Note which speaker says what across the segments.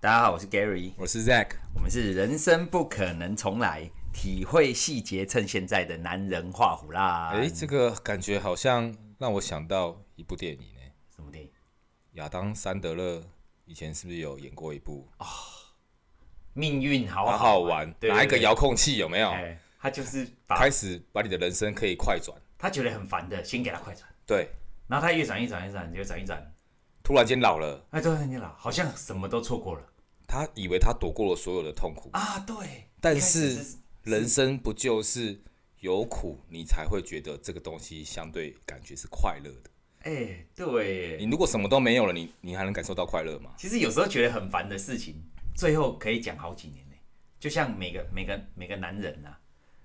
Speaker 1: 大家好，我是 Gary，
Speaker 2: 我是 Zack，
Speaker 1: 我们是人生不可能重来，体会细节，趁现在的男人画虎啦。
Speaker 2: 哎、这个感觉好像让我想到一部电影呢、
Speaker 1: 什么电影？
Speaker 2: 亚当·山德勒以前是不是有演过一部？
Speaker 1: 命运好
Speaker 2: 好好玩，
Speaker 1: 哦对
Speaker 2: 拿一个？遥
Speaker 1: 对
Speaker 2: 控器有没有
Speaker 1: 对？哎，他就是把
Speaker 2: 开始把你的人生可以快转，
Speaker 1: 他觉得很烦的，先给他快转，
Speaker 2: 对，
Speaker 1: 然后他越转越转越转，越转越转，
Speaker 2: 突然间老了，
Speaker 1: 哎，对，你老好像什么都错过了
Speaker 2: 他以为他躲过了所有的痛苦，
Speaker 1: 啊，对。
Speaker 2: 但
Speaker 1: 一开始
Speaker 2: 是人生不就是有苦，你才会觉得这个东西相对感觉是快乐的。
Speaker 1: 哎、对耶，
Speaker 2: 你如果什么都没有了，你你还能感受到快乐吗？
Speaker 1: 其实有时候觉得很烦的事情，最后可以讲好几年呢。就像每个每个每个男人呐、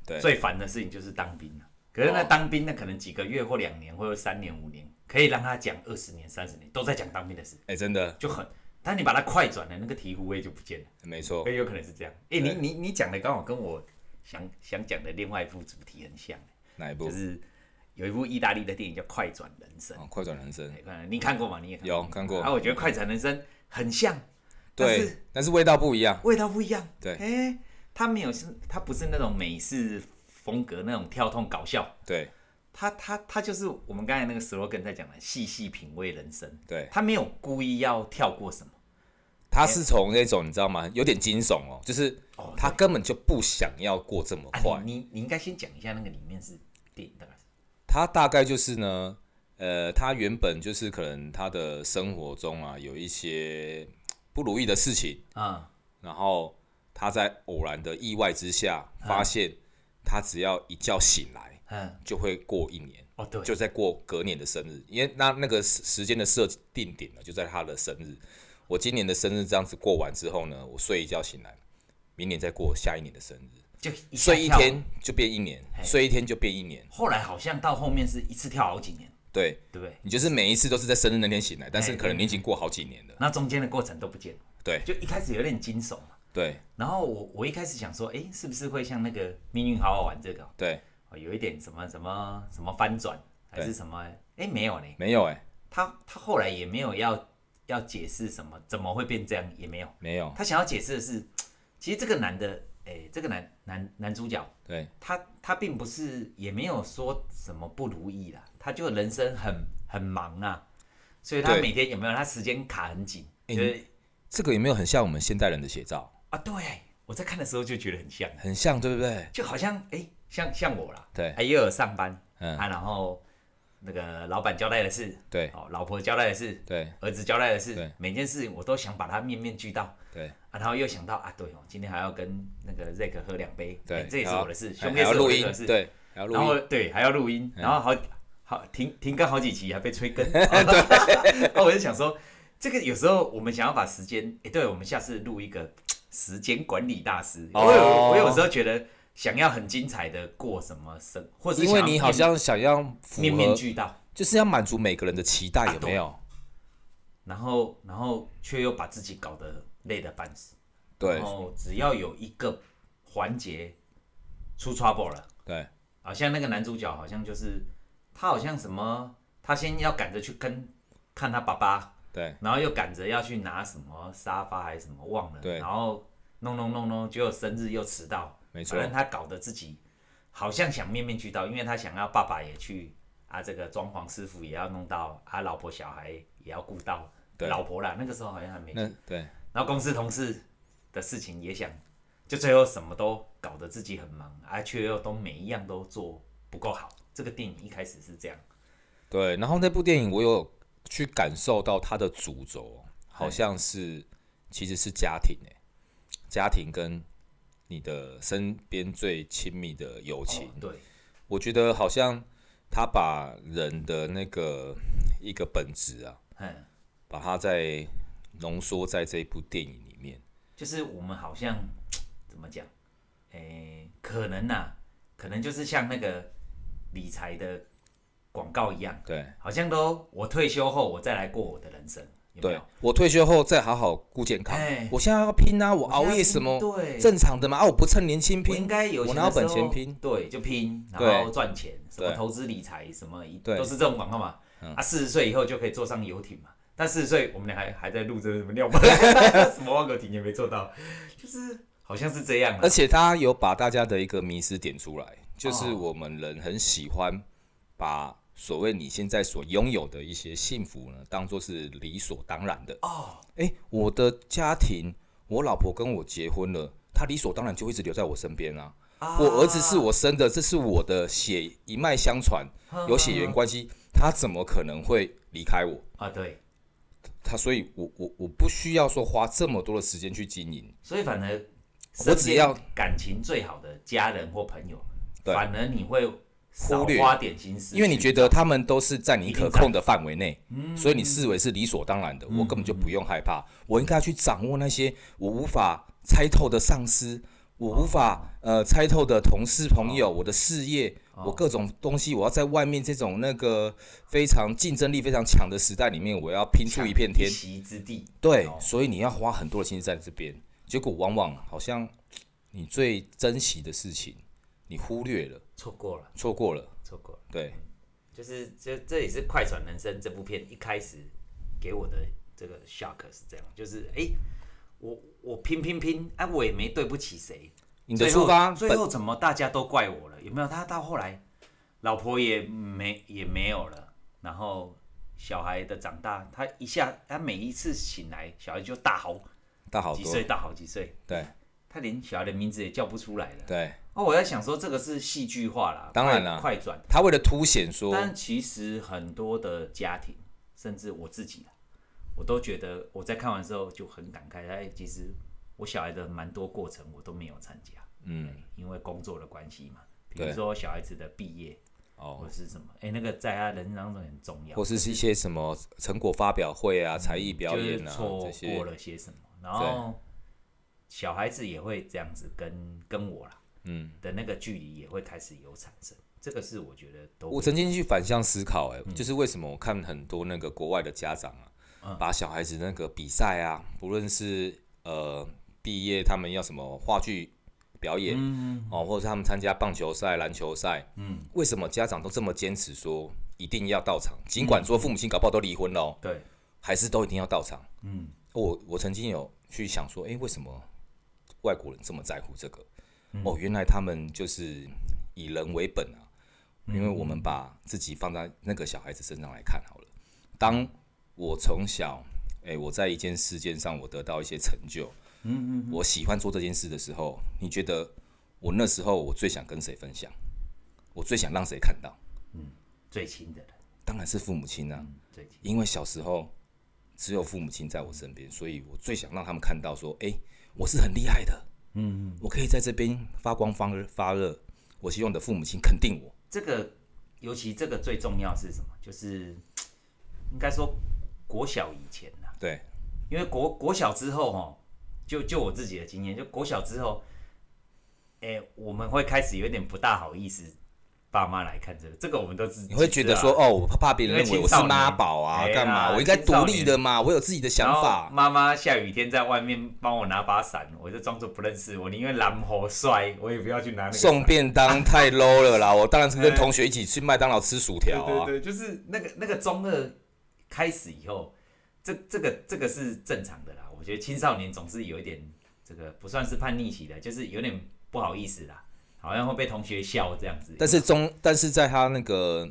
Speaker 2: 对，
Speaker 1: 最烦的事情就是当兵啊。可是那当兵那可能几个月或两年或者三年五年，可以让他讲二十年三十年都在讲当兵的事，
Speaker 2: 哎、真的
Speaker 1: 就很。但你把它快转了，那个醍醐味就不见了，
Speaker 2: 没错
Speaker 1: 所，以有可能是这样。哎、你
Speaker 2: 对
Speaker 1: 你你讲的刚好跟我想想讲的另外一部主题很像，
Speaker 2: 哪一部？
Speaker 1: 就是有一部意大利的电影叫《快转人生》
Speaker 2: 哦，快转人生。
Speaker 1: 哎，你看过吗？你也看过
Speaker 2: 有看过
Speaker 1: 啊，我觉得《快转人生》很像，但
Speaker 2: 对
Speaker 1: 是，
Speaker 2: 但是味道不一样。
Speaker 1: 味道不一样。
Speaker 2: 对
Speaker 1: 哎、它没有是，它不是那种美式风格那种跳痛搞笑，
Speaker 2: 对
Speaker 1: 他他他就是我们刚才那个 slogan 在讲的，细细品味人生。
Speaker 2: 对，
Speaker 1: 他没有故意要跳过什么，
Speaker 2: 他是从那种你知道吗？有点惊悚哦，就是
Speaker 1: 哦
Speaker 2: 他根本就不想要过这么
Speaker 1: 啊
Speaker 2: 快。
Speaker 1: 你你你应该先讲一下那个里面是电影大概是
Speaker 2: 他大概就是呢，呃，他原本就是可能他的生活中啊有一些不如意的事情，
Speaker 1: 啊、
Speaker 2: 然后他在偶然的意外之下发现，他只要一觉醒来
Speaker 1: 嗯
Speaker 2: 就会过一年。
Speaker 1: 哦对，
Speaker 2: 就在过隔年的生日，因为那那个时时间的设定点呢，就在他的生日。我今年的生日这样子过完之后呢，我睡一觉醒来，明年再过下一年的生日，
Speaker 1: 就一下
Speaker 2: 睡一
Speaker 1: 跳
Speaker 2: 天，就变一年，睡一天就变一年。
Speaker 1: 后来好像到后面是一次跳好几年，
Speaker 2: 对
Speaker 1: 对不对？
Speaker 2: 你就是每一次都是在生日那天醒来，但是可能你已经过好几年了。
Speaker 1: 那中间的过程都不见了，
Speaker 2: 对
Speaker 1: 就一开始有点惊悚嘛。
Speaker 2: 对
Speaker 1: 然后我我一开始想说，哎，是不是会像那个《命运好好玩》这个哦、
Speaker 2: 对，
Speaker 1: 哦有一点什么什么什么翻转，还是
Speaker 2: 对
Speaker 1: 什么？哎，没有呢，
Speaker 2: 没有哎、
Speaker 1: 他他后来也没有要要解释什么，怎么会变这样也没有。
Speaker 2: 没有，
Speaker 1: 他想要解释的是，其实这个男的，诶，这个男男男主角，
Speaker 2: 对
Speaker 1: 他他并不是也没有说什么不如意啦，他就人生很很忙啊，所以他
Speaker 2: 对
Speaker 1: 每天有没有他时间卡很紧，
Speaker 2: 诶
Speaker 1: 就是
Speaker 2: 这个有没有很像我们现代人的写照？
Speaker 1: 啊，对我在看的时候就觉得很像，
Speaker 2: 很像，对不对？
Speaker 1: 就好像诶，像像我啦，
Speaker 2: 对
Speaker 1: 啊也有上班
Speaker 2: 嗯，
Speaker 1: 啊，然后那个老板交代的事，
Speaker 2: 对
Speaker 1: 哦，老婆交代的事，
Speaker 2: 对
Speaker 1: 儿子交代的事
Speaker 2: 对，
Speaker 1: 每件事我都想把它面面俱到。
Speaker 2: 对
Speaker 1: 啊，然后又想到啊，对哦，今天还要跟那个 Zack 喝两杯，哎
Speaker 2: 对，
Speaker 1: 这也是
Speaker 2: 然后
Speaker 1: 我的事，
Speaker 2: 哎
Speaker 1: 兄弟
Speaker 2: 还要
Speaker 1: 是我
Speaker 2: 录
Speaker 1: 的
Speaker 2: 音，
Speaker 1: 事，，
Speaker 2: 对，还要录
Speaker 1: 然
Speaker 2: 音嗯
Speaker 1: 后，对还要录音，然后好好停停更好几期，还被催 更，对， 然后我就想说，这个有时候我们想要把时间，哎，对我们下次录一个时间管理大师，
Speaker 2: 哦
Speaker 1: 我有我有时候觉得想要很精彩的过什么生，或者是
Speaker 2: 因为
Speaker 1: 想要
Speaker 2: 你好
Speaker 1: 面
Speaker 2: 像想要符合，
Speaker 1: 面面俱到，
Speaker 2: 就是要满足每个人的期
Speaker 1: 啊
Speaker 2: 待，有没有？
Speaker 1: 然后然后却又把自己搞得累得半死。
Speaker 2: 对
Speaker 1: 然后只要有一个环节出 trouble 了，
Speaker 2: 对
Speaker 1: 好啊像那个男主角好像就是他好像什么，他先要赶着去跟看他爸爸，
Speaker 2: 对
Speaker 1: 然后又赶着要去拿什么沙发还是什么忘了，
Speaker 2: 对
Speaker 1: 然后弄弄弄弄，结果生日又迟到，
Speaker 2: 没错
Speaker 1: 反正他搞得自己好像想面面俱到，因为他想要爸爸也去啊，这个装潢师傅也要弄到啊，老婆小孩也要顾到，
Speaker 2: 对
Speaker 1: 老婆啦，那个时候好像还没
Speaker 2: 那对
Speaker 1: 然后公司同事的事情也想，就最后什么都搞得自己很忙，啊，却又都每一样都做不够好。这个电影一开始是这样，
Speaker 2: 对。然后那部电影我有去感受到它的主轴，好像是其实是家庭诶、欸家庭跟你的身边最亲密的友情。
Speaker 1: 哦、对，
Speaker 2: 我觉得好像他把人的那个一个本质啊，
Speaker 1: 嗯，
Speaker 2: 把它在浓缩在这一部电影里面。
Speaker 1: 就是我们好像怎么讲，诶、可能呐、可能就是像那个理财的广告一样，
Speaker 2: 对。
Speaker 1: 好像都我退休后我再来过我的人生，有没
Speaker 2: 对
Speaker 1: 有？
Speaker 2: 我退休后再好好顾健康
Speaker 1: 哎，
Speaker 2: 我现在要拼啊！我熬
Speaker 1: 现在
Speaker 2: 夜
Speaker 1: 要
Speaker 2: 什么
Speaker 1: 拼对
Speaker 2: 正常的嘛啊！我不趁年轻
Speaker 1: 我应
Speaker 2: 拼，
Speaker 1: 该有
Speaker 2: 我
Speaker 1: 钱
Speaker 2: 拿
Speaker 1: 的
Speaker 2: 本
Speaker 1: 时候
Speaker 2: 钱拼，
Speaker 1: 对，就拼，然
Speaker 2: 对
Speaker 1: 后赚钱，什么
Speaker 2: 对
Speaker 1: 投资理财，什么一
Speaker 2: 对嗯
Speaker 1: 都是这种广告嘛。啊，四十岁以后就可以坐上游艇嘛。但四十岁我们俩还还在录这个什么 尿布，什么望格亭也没做到，就是好像是这样啊
Speaker 2: 而
Speaker 1: 了。
Speaker 2: 且他有把大家的一个迷思点出来，就是
Speaker 1: 哦
Speaker 2: 我们人很喜欢把所谓你现在所拥有的一些幸福呢，当做是理所当然的。
Speaker 1: 哦，
Speaker 2: 诶，我的家庭，我老婆跟我结婚了，她理所当然就一直留在我身边啊。
Speaker 1: 啊
Speaker 2: 我儿子是我生的，这是我的血一脉相传，有血
Speaker 1: 嗯
Speaker 2: 缘关系，他怎么可能会离开我？
Speaker 1: 啊，对，
Speaker 2: 他所以我，我我不需要说花这么多的时间去经营。
Speaker 1: 所以反而
Speaker 2: 我只要
Speaker 1: 身边感情最好的家人或朋友，
Speaker 2: 对
Speaker 1: 反而你会少
Speaker 2: 忽略
Speaker 1: 花点心思去，
Speaker 2: 因为你觉得他们都是在你可控的范围内，
Speaker 1: 嗯
Speaker 2: 所以你视为是理所当然的，我根本就不用害怕，我应该去掌握那些我无法猜透的上司，我无法呃猜透的同事朋友，我的事业，我各种东西，我要在外面这种那个非常竞争力非常强的时代里面，我要拼出一片天
Speaker 1: 一。席之地，
Speaker 2: 对
Speaker 1: 哦，
Speaker 2: 所以你要花很多的心思在这边，结果往往好像你最珍惜的事情，你忽略了，
Speaker 1: 错过了，
Speaker 2: 错过了，
Speaker 1: 错过了。
Speaker 2: 对。
Speaker 1: 就是这这也是《快船人生》这部片一开始给我的这个 shock 是这样，就是哎、诶我我拼拼拼，哎、我也没对不起谁。
Speaker 2: 你的
Speaker 1: 最
Speaker 2: 出
Speaker 1: 后
Speaker 2: 发
Speaker 1: 最
Speaker 2: 本
Speaker 1: 后怎么大家都怪我了？有没有？他到后来，老婆也没也没有了，然后小孩的长大，他一下他每一次醒来，小孩就大嚎
Speaker 2: 大好
Speaker 1: 几
Speaker 2: 多，
Speaker 1: 岁，大嚎几岁，
Speaker 2: 对
Speaker 1: 他连小孩的名字也叫不出来了。
Speaker 2: 对，
Speaker 1: 哦，我在想说这个是戏剧化啦，
Speaker 2: 当然
Speaker 1: 快
Speaker 2: 啦
Speaker 1: 快转。
Speaker 2: 他为了凸显说，
Speaker 1: 但其实很多的家庭，甚至我自己啊，我都觉得我在看完之后就很感慨，哎，其实我小孩的蛮多过程我都没有参加，
Speaker 2: 嗯，
Speaker 1: 因为工作的关系嘛，比如
Speaker 2: 对
Speaker 1: 说小孩子的毕业
Speaker 2: 哦，
Speaker 1: 或是什么，哎，那个在他人生当中很重要
Speaker 2: 或，是一些什么成果发表会啊、才艺表
Speaker 1: 就是
Speaker 2: 演啊
Speaker 1: 错
Speaker 2: 这些
Speaker 1: 过，了些什么，然后小孩子也会这样子跟跟我啦
Speaker 2: 嗯，
Speaker 1: 的那个距离也会开始有产生，这个是我觉得都
Speaker 2: 我曾经去反向思考、哎、就是为什么我看很多那个国外的家长啊，
Speaker 1: 嗯
Speaker 2: 把小孩子那个比赛啊，不论是呃毕业他们要什么话剧表演、
Speaker 1: 嗯
Speaker 2: 哦，或者是他们参加棒球赛、篮球赛，
Speaker 1: 嗯
Speaker 2: 为什么家长都这么坚持说一定要到场？
Speaker 1: 嗯
Speaker 2: 尽管说父母亲搞不好都离婚了、哦，
Speaker 1: 对
Speaker 2: 还是都一定要到场。
Speaker 1: 嗯
Speaker 2: 我我曾经有去想说，诶，为什么外国人这么在乎这个？哦，原来他们就是以人为本啊，因为我们把自己放在那个小孩子身上来看好了。当我从小，诶，我在一件事件上我得到一些成就，嗯嗯我喜欢做这件事的时候，你觉得我那时候我最想跟谁分享？我最想让谁看到？
Speaker 1: 最亲的人，
Speaker 2: 当然是父母亲啊。
Speaker 1: 嗯最亲。
Speaker 2: 因为小时候只有父母亲在我身边，所以我最想让他们看到说，哎、我是很厉害的，嗯，我可以在这边发光发热发热。我希望你的父母亲肯定我，
Speaker 1: 这个，尤其这个最重要是什么？就是应该说国小以前呐、
Speaker 2: 对，
Speaker 1: 因为国国小之后哦，就就我自己的经验，就国小之后，哎、我们会开始有点不大好意思，爸妈来看这个，这个我们都知，
Speaker 2: 你会觉得说，
Speaker 1: 知道啊，
Speaker 2: 哦，我怕别人认为我是妈宝啊
Speaker 1: 因，为青少年
Speaker 2: 干
Speaker 1: 哎
Speaker 2: 嘛？
Speaker 1: 呀
Speaker 2: 我应该独立的嘛，我有自己的想
Speaker 1: 然后
Speaker 2: 法。
Speaker 1: 妈妈下雨天在外面帮我拿把伞，我就装作不认识，我宁愿蓝猴摔，我也不要去拿那个伞
Speaker 2: 送便当太 low 了啦！我当然是跟同学一起去麦当劳吃薯条啊。
Speaker 1: 哎对对对，就是那个那个中二开始以后，这这个这个是正常的啦。我觉得青少年总是有一点这个不算是叛逆期的，就是有点不好意思啦，好像会被同学笑这样子。
Speaker 2: 但是中，但是在他那个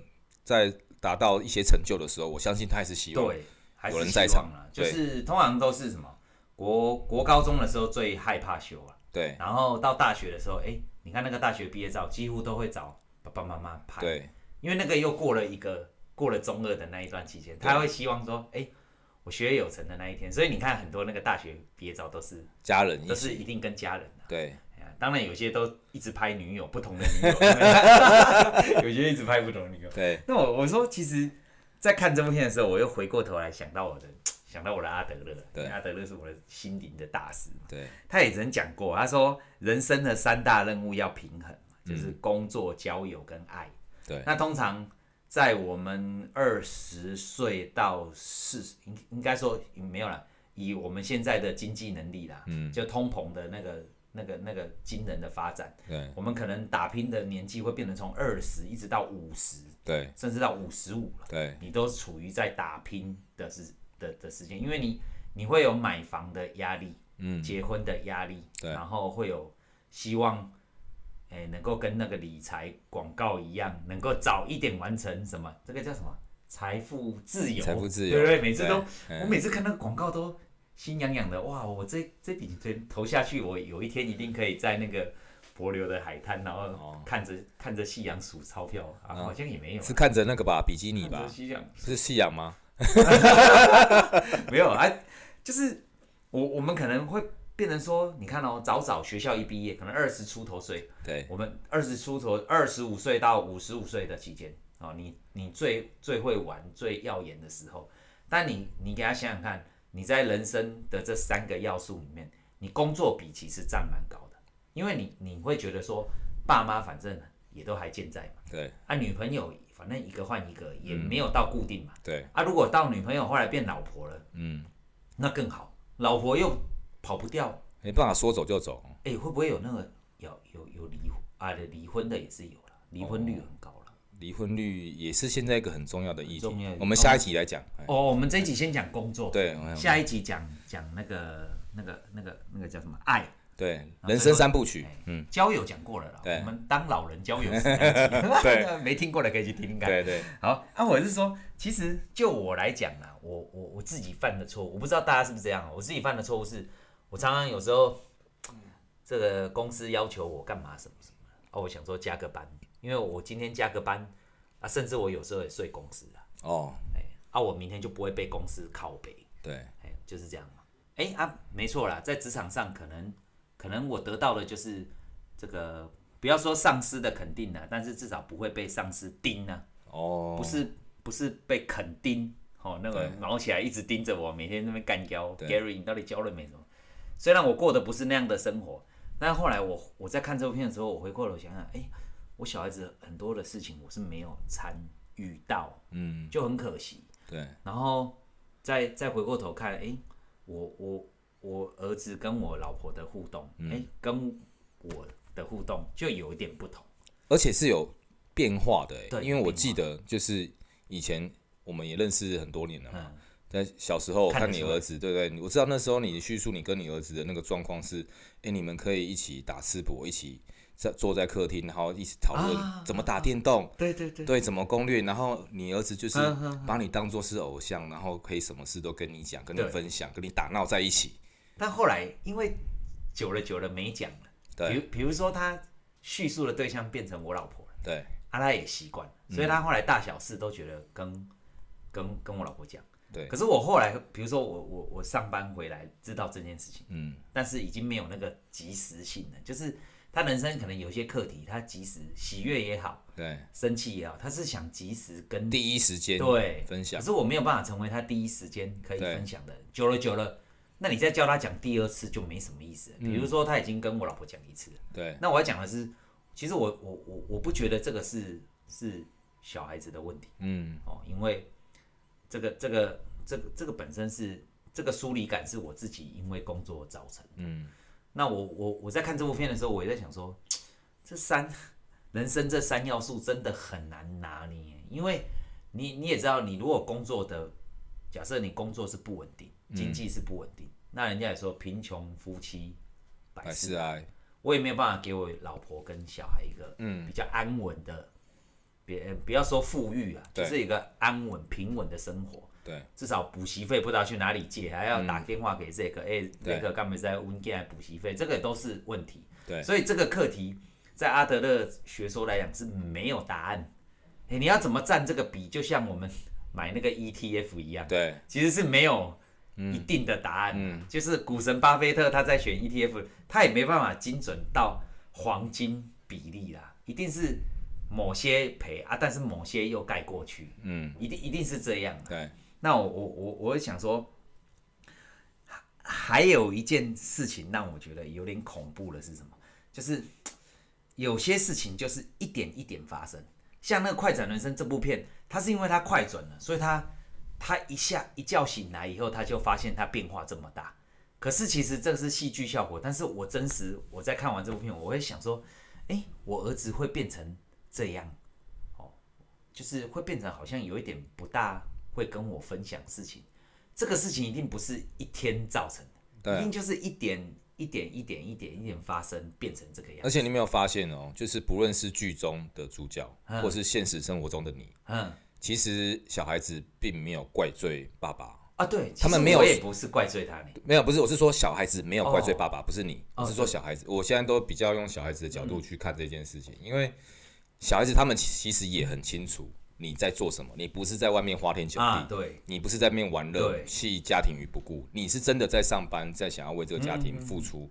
Speaker 2: 在达到一些成就的时候，我相信他也是希望
Speaker 1: 对，还是
Speaker 2: 有人在
Speaker 1: 希望
Speaker 2: 场
Speaker 1: 啦，就
Speaker 2: 对
Speaker 1: 是通常都是什么国国高中的时候最害怕修啊，
Speaker 2: 对
Speaker 1: 然后到大学的时候，哎、你看那个大学毕业照，几乎都会找爸爸妈妈拍。
Speaker 2: 对
Speaker 1: 因为那个又过了一个过了中二的那一段期间，他会希望说，哎、我学业有成的那一天，所以你看很多那个大学毕业照都是
Speaker 2: 家人一
Speaker 1: 都
Speaker 2: 起
Speaker 1: 是一定跟家人的、
Speaker 2: 对
Speaker 1: 哎呀当然有些都一直拍女友不同的女友，有些一直拍不同的女友。
Speaker 2: 对。
Speaker 1: 那我我说，其实，在看这部片的时候，我又回过头来想到我的想到我的阿德勒，
Speaker 2: 对
Speaker 1: 因为阿德勒是我的心灵的大师嘛。
Speaker 2: 对
Speaker 1: 他也曾讲过，他说人生的三大任务要平衡嘛，就是工作、交友跟爱。
Speaker 2: 嗯对
Speaker 1: 那通常在我们二十岁到四十，应应该说嗯没有啦，以我们现在的经济能力啦，嗯，就通膨的那个、那个、那个惊人的发展，
Speaker 2: 对
Speaker 1: 我们可能打拼的年纪会变成从二十一直到五十，
Speaker 2: 对
Speaker 1: 甚至到五十五了，
Speaker 2: 对
Speaker 1: 你都处于在打拼的是的的时间，因为你你会有买房的压力，
Speaker 2: 嗯，
Speaker 1: 结婚的压力，
Speaker 2: 对
Speaker 1: 然后会有希望，哎、能够跟那个理财广告一样，能够早一点完成什么，这个叫什么？财富自由，
Speaker 2: 财富自由
Speaker 1: 对不对？每次都，
Speaker 2: 嗯
Speaker 1: 我每次看那个广告都心痒痒的，哇！我这这笔钱投下去，我有一天一定可以在那个柏流的海滩，然后
Speaker 2: 哦嗯
Speaker 1: 看着、看着夕阳数钞票啊，好像也没有啊，
Speaker 2: 是看着那个吧，比基尼
Speaker 1: 看着
Speaker 2: 吧，
Speaker 1: 夕阳
Speaker 2: 是夕阳吗？
Speaker 1: 没有啊，就是我我们可能会变成说，你看哦，早早学校一毕业，可能二十出头岁，
Speaker 2: 对，
Speaker 1: 我们二十出头，二十五岁到五十五岁的期间，哦，你你最最会玩、最耀眼的时候，但你你给他想想看，你在人生的这三个要素里面，你工作比其实占蛮高的，因为你你会觉得说，爸妈反正也都还健在嘛，
Speaker 2: 对，
Speaker 1: 啊，女朋友反正一个换一个，也没有到固定嘛，
Speaker 2: 对，
Speaker 1: 啊，如果到女朋友后来变老婆了。
Speaker 2: 嗯，
Speaker 1: 那更好。老婆又跑不掉，
Speaker 2: 没办法，说走就走。
Speaker 1: 哎、会不会有那个有有有离婚啊？离婚的也是有了，离婚率很高了。
Speaker 2: 离婚率也是现在一个很重要的议题
Speaker 1: 很重要，
Speaker 2: 我们下一集来讲。哎
Speaker 1: 哦，我们这一集先讲工作，，
Speaker 2: 对，我们
Speaker 1: 下一集讲讲那个那个那个那个叫什么爱，
Speaker 2: 对，
Speaker 1: 后最
Speaker 2: 人生
Speaker 1: 后
Speaker 2: 三部曲
Speaker 1: 哎，
Speaker 2: 嗯，
Speaker 1: 交友讲过了啦。
Speaker 2: 对
Speaker 1: 我们当老人交友是那一集
Speaker 2: 对，
Speaker 1: 没听过的可以去听听看。
Speaker 2: 对对，
Speaker 1: 好，啊，我是说，其实就我来讲啊，我我我自己犯的错误，我不知道大家是不是这样啊。我自己犯的错误是，我常常有时候这个公司要求我干嘛什么什么，哦，我想说加个班，因为我今天加个班啊，甚至我有时候也睡公司啊，
Speaker 2: 哦，
Speaker 1: 哎，啊，我明天就不会被公司拷贝，
Speaker 2: 对，
Speaker 1: 哎，就是这样嘛。哎啊，没错啦，在职场上可能可能我得到的就是这个，不要说上司的肯定啊，但是至少不会被上司盯啊。
Speaker 2: 哦，
Speaker 1: 不是不是被肯定，哦，那个
Speaker 2: 对
Speaker 1: 毛起来一直盯着我，每天在那边干胶
Speaker 2: 对
Speaker 1: ，Gary，你到底教了没什么？虽然我过的不是那样的生活，但后来我我在看这部片的时候，我回过头想想，哎、我小孩子很多的事情我是没有参与到，
Speaker 2: 嗯，
Speaker 1: 就很可惜。
Speaker 2: 对，
Speaker 1: 然后再再回过头看，哎、我我我儿子跟我老婆的互动，哎、跟我的互动就有一点不同。
Speaker 2: 而且是有变化的欸，
Speaker 1: 对
Speaker 2: 因为我
Speaker 1: 变化
Speaker 2: 记得就是以前我们也认识很多年了嘛
Speaker 1: 嗯，
Speaker 2: 在小时候我
Speaker 1: 看得
Speaker 2: 看你
Speaker 1: 出来
Speaker 2: 儿子，对不对？我知道那时候你叙述你跟你儿子的那个状况是，哎，你们可以一起打赤膊，一起在坐在客厅，然后一起讨
Speaker 1: 啊
Speaker 2: 论怎么打电动，
Speaker 1: 对对对，
Speaker 2: 对，怎么攻略，然后你儿子就是
Speaker 1: 嗯嗯嗯
Speaker 2: 把你当做是偶像，然后可以什么事都跟你讲，跟你
Speaker 1: 对
Speaker 2: 分享，跟你打闹在一起。
Speaker 1: 但后来因为久了久了没讲了，比
Speaker 2: 对
Speaker 1: 如比如说他叙述的对象变成我老婆了，
Speaker 2: 对
Speaker 1: 啊，他也习惯了，
Speaker 2: 嗯
Speaker 1: 所以他后来大小事都觉得跟、跟跟我老婆讲。
Speaker 2: 对
Speaker 1: 可是我后来，比如说我我我上班回来知道这件事情，
Speaker 2: 嗯，
Speaker 1: 但是已经没有那个及时性了，就是他人生可能有些课题，他及时喜悦也好，
Speaker 2: 对，
Speaker 1: 生气也好，他是想及时跟
Speaker 2: 第一时间
Speaker 1: 嗯对
Speaker 2: 分享
Speaker 1: 可，是我没有办法成为他第一时间可以
Speaker 2: 对
Speaker 1: 分享的人，久了久了，那你再教他讲第二次就没什么意思了。比如说他已经跟我老婆讲一次了，
Speaker 2: 嗯对
Speaker 1: 那我要讲的是，其实我我我我不觉得这个是是小孩子的问题
Speaker 2: 嗯
Speaker 1: 哦，因为这个这个这个这个本身是这个疏离感是我自己因为工作造成的。
Speaker 2: 嗯，
Speaker 1: 那我我我在看这部片的时候，我也在想说，这三人生这三要素真的很难拿捏，因为你你也知道，你如果工作的，假设你工作是不稳定，经济是不稳定，那人家也说贫穷夫妻百
Speaker 2: 百
Speaker 1: 事
Speaker 2: 事哀，
Speaker 1: 我也没有办法给我老婆跟小孩一个嗯比较安稳的，别、呃不要说富裕啊，就
Speaker 2: 对
Speaker 1: 是一个安稳平稳的生活。
Speaker 2: 对
Speaker 1: 至少补习费不知道去哪里借，还要打电话给这个，哎、
Speaker 2: 对
Speaker 1: 这个干嘛在问给补习费，这个都是问题。
Speaker 2: 对
Speaker 1: 所以这个课题在阿德勒学说来讲是没有答案。哎、你要怎么占这个比，就像我们买那个 ETF 一样，
Speaker 2: 对
Speaker 1: 其实是没有一定的答案、就是股神巴菲特他在选 ETF，他也没办法精准到黄金比例啦，一定是某些赔啊，但是某些又盖过去，
Speaker 2: 嗯
Speaker 1: 一定一定是这样啊。
Speaker 2: 对
Speaker 1: 那我我我我想说，还还有一件事情让我觉得有点恐怖的是什么？就是有些事情就是一点一点发生，像那个《快转人生》这部片，它是因为它快转了，所以它他一下一觉醒来以后，他就发现他变化这么大。可是其实这是戏剧效果，但是我真实我在看完这部片，我会想说，哎、我儿子会变成这样，哦，就是会变成好像有一点不大会跟我分享事情，这个事情一定不是一天造成的，一
Speaker 2: 对
Speaker 1: 定，就是一点一点一点一点一点发生，变成这个样
Speaker 2: 而
Speaker 1: 子。
Speaker 2: 且你没有发现哦，就是不论是剧中的主角，
Speaker 1: 嗯
Speaker 2: 或是现实生活中的你，
Speaker 1: 嗯
Speaker 2: 其实小孩子并没有怪罪爸爸。
Speaker 1: 啊，对，
Speaker 2: 他们
Speaker 1: 其实
Speaker 2: 没有
Speaker 1: 我也不是怪罪他们。
Speaker 2: 没有，不是，我是说小孩子没有怪罪爸爸，不是你，
Speaker 1: 哦嗯
Speaker 2: 我是说小孩子。我现在都比较用小孩子的角度去看这件事情，因为小孩子他们其实也很清楚你在做什么，你不是在外面花天酒地，
Speaker 1: 啊，对，
Speaker 2: 你不是在那边玩乐
Speaker 1: 对
Speaker 2: 弃家庭于不顾，你是真的在上班，在想要为这个家
Speaker 1: 嗯
Speaker 2: 庭付出。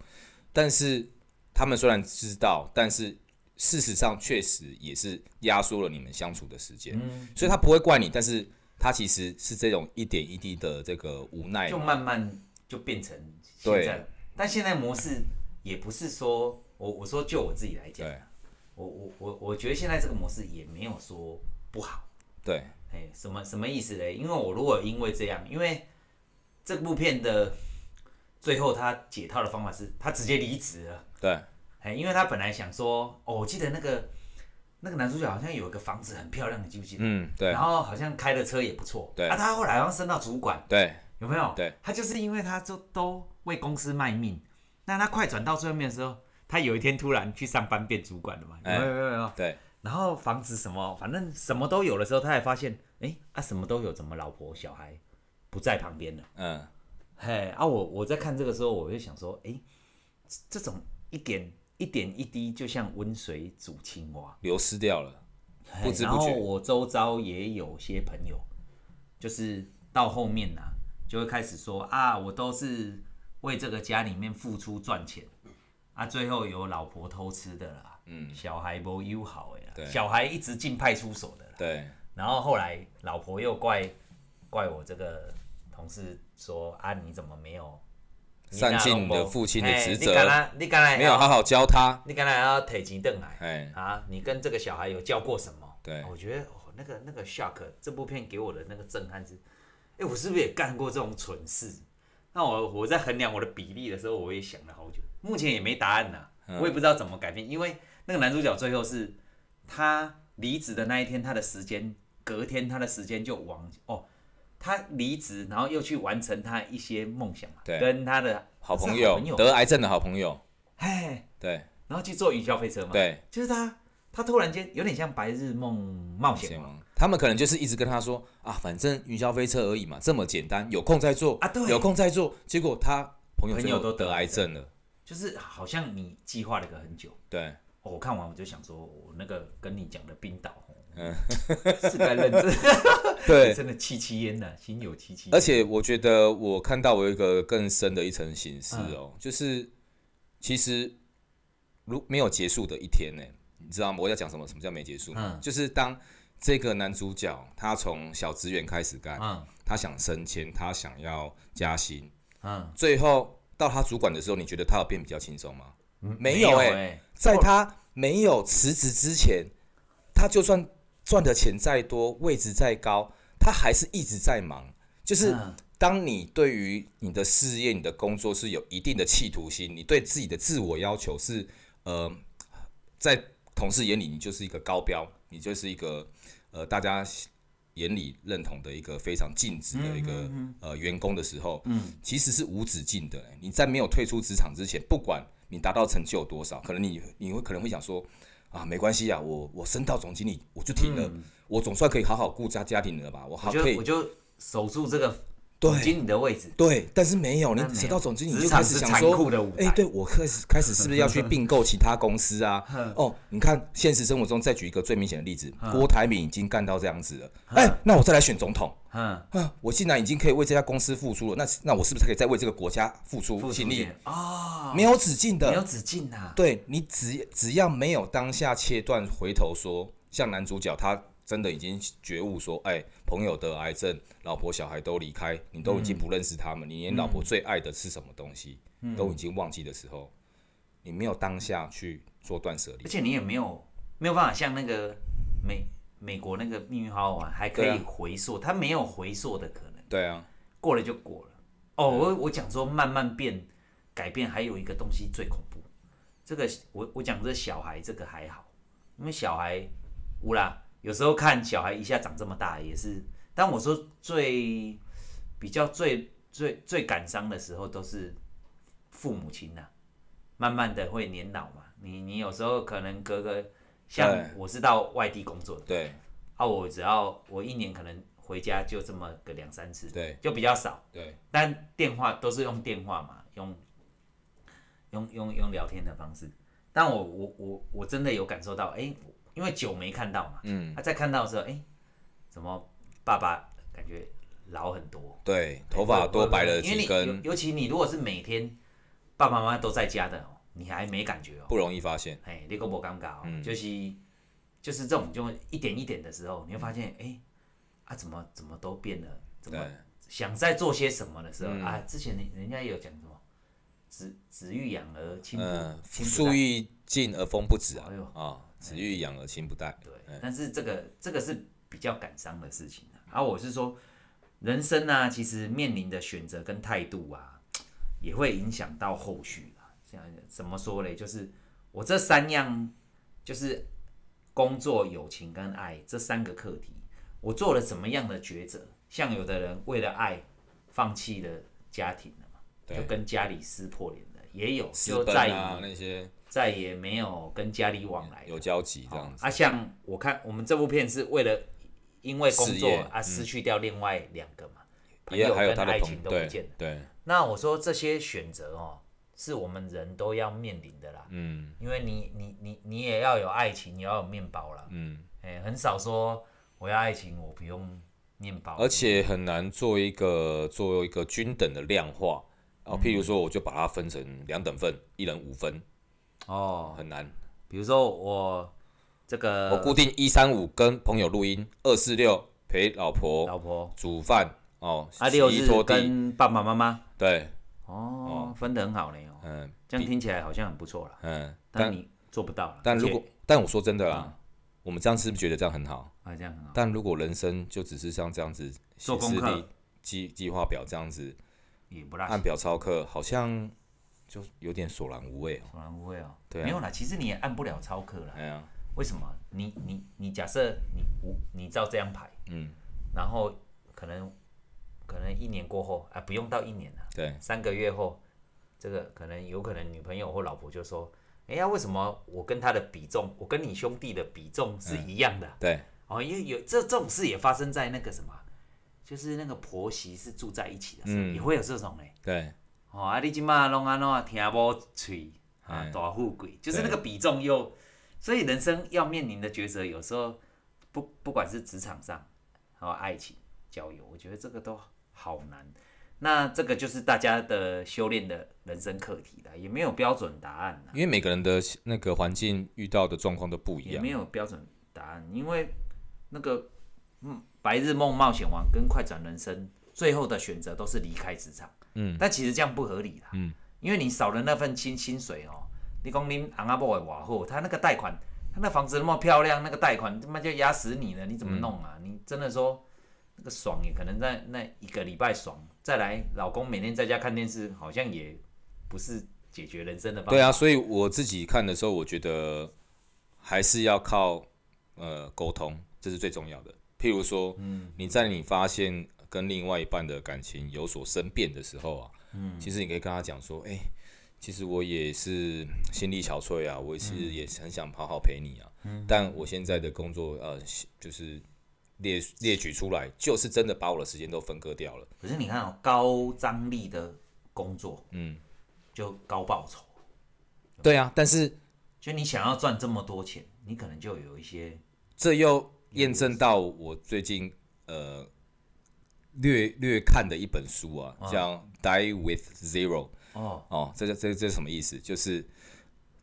Speaker 2: 但是他们虽然知道，但是事实上确实也是压缩了你们相处的时间，
Speaker 1: 嗯，
Speaker 2: 所以他不会怪你，但是他其实是这种一点一滴的这个无奈
Speaker 1: 就
Speaker 2: 嘛。
Speaker 1: 慢慢就变成现
Speaker 2: 对
Speaker 1: 在。但现在模式也不是说我我说就我自己来讲，
Speaker 2: 对
Speaker 1: 我我我我觉得现在这个模式也没有说不好。
Speaker 2: 对，
Speaker 1: 哎，什么什么意思嘞？因为我如果因为这样，因为这部片的最后他解套的方法是他直接离职了，
Speaker 2: 对，
Speaker 1: 哎，因为他本来想说，哦，我记得那个那个男主角好像有一个房子很漂亮，你记不记得？
Speaker 2: 嗯，对
Speaker 1: 然，后好像开的车也不错，
Speaker 2: 对
Speaker 1: 啊，他后来好像升到主管，
Speaker 2: 对，
Speaker 1: 有没有？
Speaker 2: 对，
Speaker 1: 他就是因为他就都为公司卖命，那他快转到最后面的时候，他有一天突然去上班变主管了嘛？有
Speaker 2: 哎
Speaker 1: 没有？有没有有没有？
Speaker 2: 对，
Speaker 1: 然后房子什么，反正什么都有的时候，他还发现，哎、啊什么都有，怎么老婆小孩不在旁边了？
Speaker 2: 嗯，
Speaker 1: 嘿，啊我我在看这个时候，我就想说，哎、这这种一点一点一滴，就像温水煮青蛙，
Speaker 2: 流失掉了。
Speaker 1: 嘿
Speaker 2: 不知
Speaker 1: 哎然
Speaker 2: 不
Speaker 1: 后
Speaker 2: 觉
Speaker 1: 我周遭也有些朋友，就是到后面呐、就会开始说啊，我都是为这个家里面付出赚钱，啊，最后有老婆偷吃的啦，嗯，小孩不友好的
Speaker 2: 对
Speaker 1: 啦，小孩一直进派出所的啦，
Speaker 2: 对，
Speaker 1: 然后后来老婆又怪怪我这个同事说啊，你怎么没有
Speaker 2: 善尽你的父亲的职
Speaker 1: 嘿
Speaker 2: 责
Speaker 1: 你，刚才你刚才
Speaker 2: 没有好好教他。
Speaker 1: 你刚才要提钱回来。
Speaker 2: 哎，
Speaker 1: 啊，你跟这个小孩有教过什么？
Speaker 2: 对
Speaker 1: 我觉得哦，那个那个 shock 这部片给我的那个震撼是，哎，我是不是也干过这种蠢事？那我我在衡量我的比例的时候，我也想了好久，目前也没答案呐、
Speaker 2: 嗯
Speaker 1: 我也不知道怎么改变，因为那个男主角最后是他离职的那一天，他的时间隔天他的时间就往哦，他离职然后又去完成他一些梦想嘛，
Speaker 2: 对
Speaker 1: 跟他的
Speaker 2: 好朋
Speaker 1: 是好
Speaker 2: 友
Speaker 1: 朋友，
Speaker 2: 得癌症的好朋友，
Speaker 1: 哎，
Speaker 2: 对
Speaker 1: 然后去坐云霄飞车嘛，
Speaker 2: 对，
Speaker 1: 就是他，他突然间有点像白日梦冒险
Speaker 2: 先
Speaker 1: 王
Speaker 2: 王，他们可能就是一直跟他说啊，反正云霄飞车而已嘛，这么简单，有空再做
Speaker 1: 啊对
Speaker 2: 有空再做。结果他朋友
Speaker 1: 朋
Speaker 2: 最
Speaker 1: 友
Speaker 2: 后
Speaker 1: 都得
Speaker 2: 得癌症了，
Speaker 1: 就是好像你计划了个很久。
Speaker 2: 对，
Speaker 1: 哦、我看完我就想说，我那个跟你讲的冰岛，嗯，是该认真，
Speaker 2: 对，
Speaker 1: 真的戚戚焉呐，心有戚戚焉。
Speaker 2: 而且我觉得我看到我有一个更深的一层形式
Speaker 1: 嗯
Speaker 2: 哦，就是其实如没有结束的一天呢，你知道吗？我要讲什么？什么叫没结束？
Speaker 1: 嗯
Speaker 2: 就是当这个男主角他从小职员开始干，
Speaker 1: 嗯
Speaker 2: 他想升迁，他想要加薪，
Speaker 1: 嗯，
Speaker 2: 最后到他主管的时候，你觉得他有变比较轻松吗？没有
Speaker 1: 有
Speaker 2: 哎、
Speaker 1: 哎，
Speaker 2: 在他没有辞职之前，他就算赚的钱再多，位置再高，他还是一直在忙，就是。
Speaker 1: 嗯
Speaker 2: 当你对于你的事业、你的工作是有一定的企图心，你对自己的自我要求是，呃，在同事眼里你就是一个高标，你就是一个呃大家眼里认同的一个非常尽职的一个、呃员工的时候，嗯，其实是无止境的、你在没有退出职场之前，不管你达到成就有多少，可能你你会可能会想说。啊，没关系啊，我我升到总经理我就停了，我总算可以好好顾家家庭了吧？我
Speaker 1: 我
Speaker 2: 好
Speaker 1: 就
Speaker 2: 可以
Speaker 1: 我就守住这个
Speaker 2: 对
Speaker 1: 总经理的位置。
Speaker 2: 对，但是没有，你
Speaker 1: 但没有
Speaker 2: 扯到总经理你
Speaker 1: 职
Speaker 2: 就
Speaker 1: 场
Speaker 2: 开始
Speaker 1: 是
Speaker 2: 想
Speaker 1: 残
Speaker 2: 说
Speaker 1: 酷的舞，台
Speaker 2: 哎、对我开始开始是不是要去并购其他公 司啊？哦，你看现实生活中，再举一个最明显的例子，郭台铭已经干到这样子了，哎、那我再来选总统
Speaker 1: 嗯，
Speaker 2: 啊！我既然已经可以为这家公司付出了，那那我是不是可以再为这个国家付出
Speaker 1: 付出
Speaker 2: 心力
Speaker 1: 点？哦，
Speaker 2: 没有止境
Speaker 1: 没有
Speaker 2: 的，
Speaker 1: 止境啊呐。
Speaker 2: 对你只只要没有当下切断，回头说，像男主角他。真的已经觉悟说，哎，朋友得癌症，老婆小孩都离开，你都已经不认识他们，你连老婆最爱的是什么东西、都已经忘记的时候，你没有当下去做断舍离
Speaker 1: 而，且你也没有没有办法像那个美美国那个命运好好玩，还可
Speaker 2: 对
Speaker 1: 以
Speaker 2: 啊
Speaker 1: 回溯，它没有回溯的可能。
Speaker 2: 对啊，
Speaker 1: 过了就过了。哦，
Speaker 2: 嗯
Speaker 1: 我我讲说慢慢变改变，还有一个东西最恐怖。这个我我讲这小孩这个还好，因为小孩无啦，有时候看小孩一下长这么大也是。但我说最比较最最最感伤的时候都是父母亲呐、慢慢的会年老嘛。你你有时候可能隔个，像
Speaker 2: 对
Speaker 1: 我是到外地工作的
Speaker 2: 对
Speaker 1: 啊，我只要我一年可能回家就这么个两三次，
Speaker 2: 对
Speaker 1: 就比较少。
Speaker 2: 对
Speaker 1: 但电话都是用电话嘛，用用用用聊天的方式。但我我我我真的有感受到，哎、我因为久没看到嘛，
Speaker 2: 嗯，
Speaker 1: 他、再看到的时候，哎、怎么爸爸感觉老很多，
Speaker 2: 对，头发多白了
Speaker 1: 因为
Speaker 2: 几
Speaker 1: 你
Speaker 2: 根，
Speaker 1: 尤尤其你如果是每天爸爸妈妈都在家的哦，你还没感觉哦，
Speaker 2: 不容易发现。
Speaker 1: 哎、你够不尴尬哦，
Speaker 2: 嗯
Speaker 1: 就是就是这种就一点一点的时候，你会发现，哎、啊怎么怎么都变了，怎么
Speaker 2: 对
Speaker 1: 想在做些什么的时候、
Speaker 2: 嗯
Speaker 1: 啊，之前人人家也有讲什么“子子欲养而亲不
Speaker 2: 嗯，
Speaker 1: 亲不
Speaker 2: 树
Speaker 1: 待
Speaker 2: 欲静而风不止啊
Speaker 1: 哎呦，
Speaker 2: 啊，子欲养而亲不待”，。
Speaker 1: 对，但是这个这个是比较感伤的事情啊。啊，我是说，人生啊，其实面临的选择跟态度啊，也会影响到后续啦。像怎么说嘞？就是我这三样，就是工作、友情跟爱这三个课题，我做了怎么样的抉择？像有的人为了爱，放弃了家庭了嘛，
Speaker 2: 对
Speaker 1: 就跟家里撕破脸了，也有
Speaker 2: 私
Speaker 1: 就
Speaker 2: 奔
Speaker 1: 再也、
Speaker 2: 啊那些
Speaker 1: 再也没有跟家里往来的
Speaker 2: 有交集这样子，
Speaker 1: 啊，像我看我们这部片是为了因为工
Speaker 2: 事
Speaker 1: 作
Speaker 2: 业嗯
Speaker 1: 啊失去掉另外两个嘛，朋
Speaker 2: 也
Speaker 1: 友
Speaker 2: 还有
Speaker 1: 跟
Speaker 2: 他的
Speaker 1: 爱
Speaker 2: 朋
Speaker 1: 情
Speaker 2: 友，
Speaker 1: 都不
Speaker 2: 对
Speaker 1: 见了。
Speaker 2: 对，
Speaker 1: 那我说这些选择哦，是我们人都要面临的啦，
Speaker 2: 嗯
Speaker 1: 因为你你你你也要有爱情，你要有面包啦，
Speaker 2: 嗯，
Speaker 1: 哎、很少说我要爱情，我不用面包，
Speaker 2: 而且很难做一个做一个均等的量化。哦，譬
Speaker 1: 嗯
Speaker 2: 如说，我就把它分成两等份，一人五分，
Speaker 1: 哦，
Speaker 2: 很难。
Speaker 1: 比如说我这个
Speaker 2: 我固定一三五跟朋友录音，二四六陪老婆
Speaker 1: 老婆
Speaker 2: 煮饭哦，
Speaker 1: 啊，
Speaker 2: 洗
Speaker 1: 六
Speaker 2: 衣
Speaker 1: 日
Speaker 2: 拖地，
Speaker 1: 跟爸爸妈妈
Speaker 2: 对，
Speaker 1: 哦，分得很好嘞哦，
Speaker 2: 嗯
Speaker 1: 这样听起来好像很不错啦。
Speaker 2: 嗯，
Speaker 1: 但
Speaker 2: 但
Speaker 1: 你做不到了。
Speaker 2: 但
Speaker 1: 而
Speaker 2: 如
Speaker 1: 且嗯
Speaker 2: 果但我说真的啦，我们这样是不是觉得这样很好？
Speaker 1: 啊这样很好，
Speaker 2: 但如果人生就只是像这样子
Speaker 1: 做
Speaker 2: 行事
Speaker 1: 功课啊
Speaker 2: 历计计划表这样子
Speaker 1: 也不大
Speaker 2: 按
Speaker 1: 行，
Speaker 2: 表操课，好像就有点索然无味哦。
Speaker 1: 索然无味哦。
Speaker 2: 对啊
Speaker 1: 没有啦，其实你也按不了超课啦。
Speaker 2: 哎呀，
Speaker 1: 为什么？你你你假设你五你照这样排，
Speaker 2: 嗯，
Speaker 1: 然后可能可能一年过后啊，不用到一年了，
Speaker 2: 对，
Speaker 1: 三个月后，这个可能有可能女朋友或老婆就说。哎呀，为什么我跟他的比重，我跟你兄弟的比重是
Speaker 2: 嗯
Speaker 1: 一样的啊？
Speaker 2: 对，
Speaker 1: 哦，因为有这这种事也发生在那个什么，就是那个婆媳是住在一起的时候，
Speaker 2: 嗯
Speaker 1: 也会有这种哎、
Speaker 2: 对，
Speaker 1: 哦，啊，你即马拢安怎听无嘴啊
Speaker 2: 哎，
Speaker 1: 大富贵，就是那个比重又，所以人生要面临的抉择，有时候不不管是职场上，还有爱情、交友，我觉得这个都好难。那这个就是大家的修炼的人生课题啦，也没有标准答案啦，
Speaker 2: 因为每个人的那个环境遇到的状况都不一
Speaker 1: 也
Speaker 2: 样
Speaker 1: 没。有标准答案，因为那个嗯，白日梦冒险王跟快转人生最后的选择都是离开职场，
Speaker 2: 嗯，
Speaker 1: 但其实这样不合理啦，
Speaker 2: 嗯，
Speaker 1: 因为你少了那份薪薪水哦，你讲你昂阿伯的瓦后，他那个贷款，他那房子那么漂亮，那个贷款他妈就压死你了，你怎么弄啊？
Speaker 2: 嗯
Speaker 1: 你真的说那个爽也可能在那一个礼拜爽，再来老公每天在家看电视，好像也不是解决人生的办法，
Speaker 2: 对啊，所以我自己看的时候，我觉得还是要靠呃沟通，这是最重要的。譬如说，嗯，你在你发现跟另外一半的感情有所生变的时候啊，嗯，其实你可以跟他讲说，哎、其实我也是心力憔悴啊，我也是也很想好好陪你啊，嗯，但我现在的工作呃，就是列列举出来，就是真的把我的时间都分割掉了，
Speaker 1: 可是你看哦，高张力的工作，
Speaker 2: 嗯，
Speaker 1: 就高报酬，
Speaker 2: 对啊，但是
Speaker 1: 就你想要赚这么多钱，你可能就有一些
Speaker 2: 这又验证到我最近呃略略看的一本书啊，叫《Die with Zero》
Speaker 1: 哦
Speaker 2: 哦，这这这这是什么意思？就是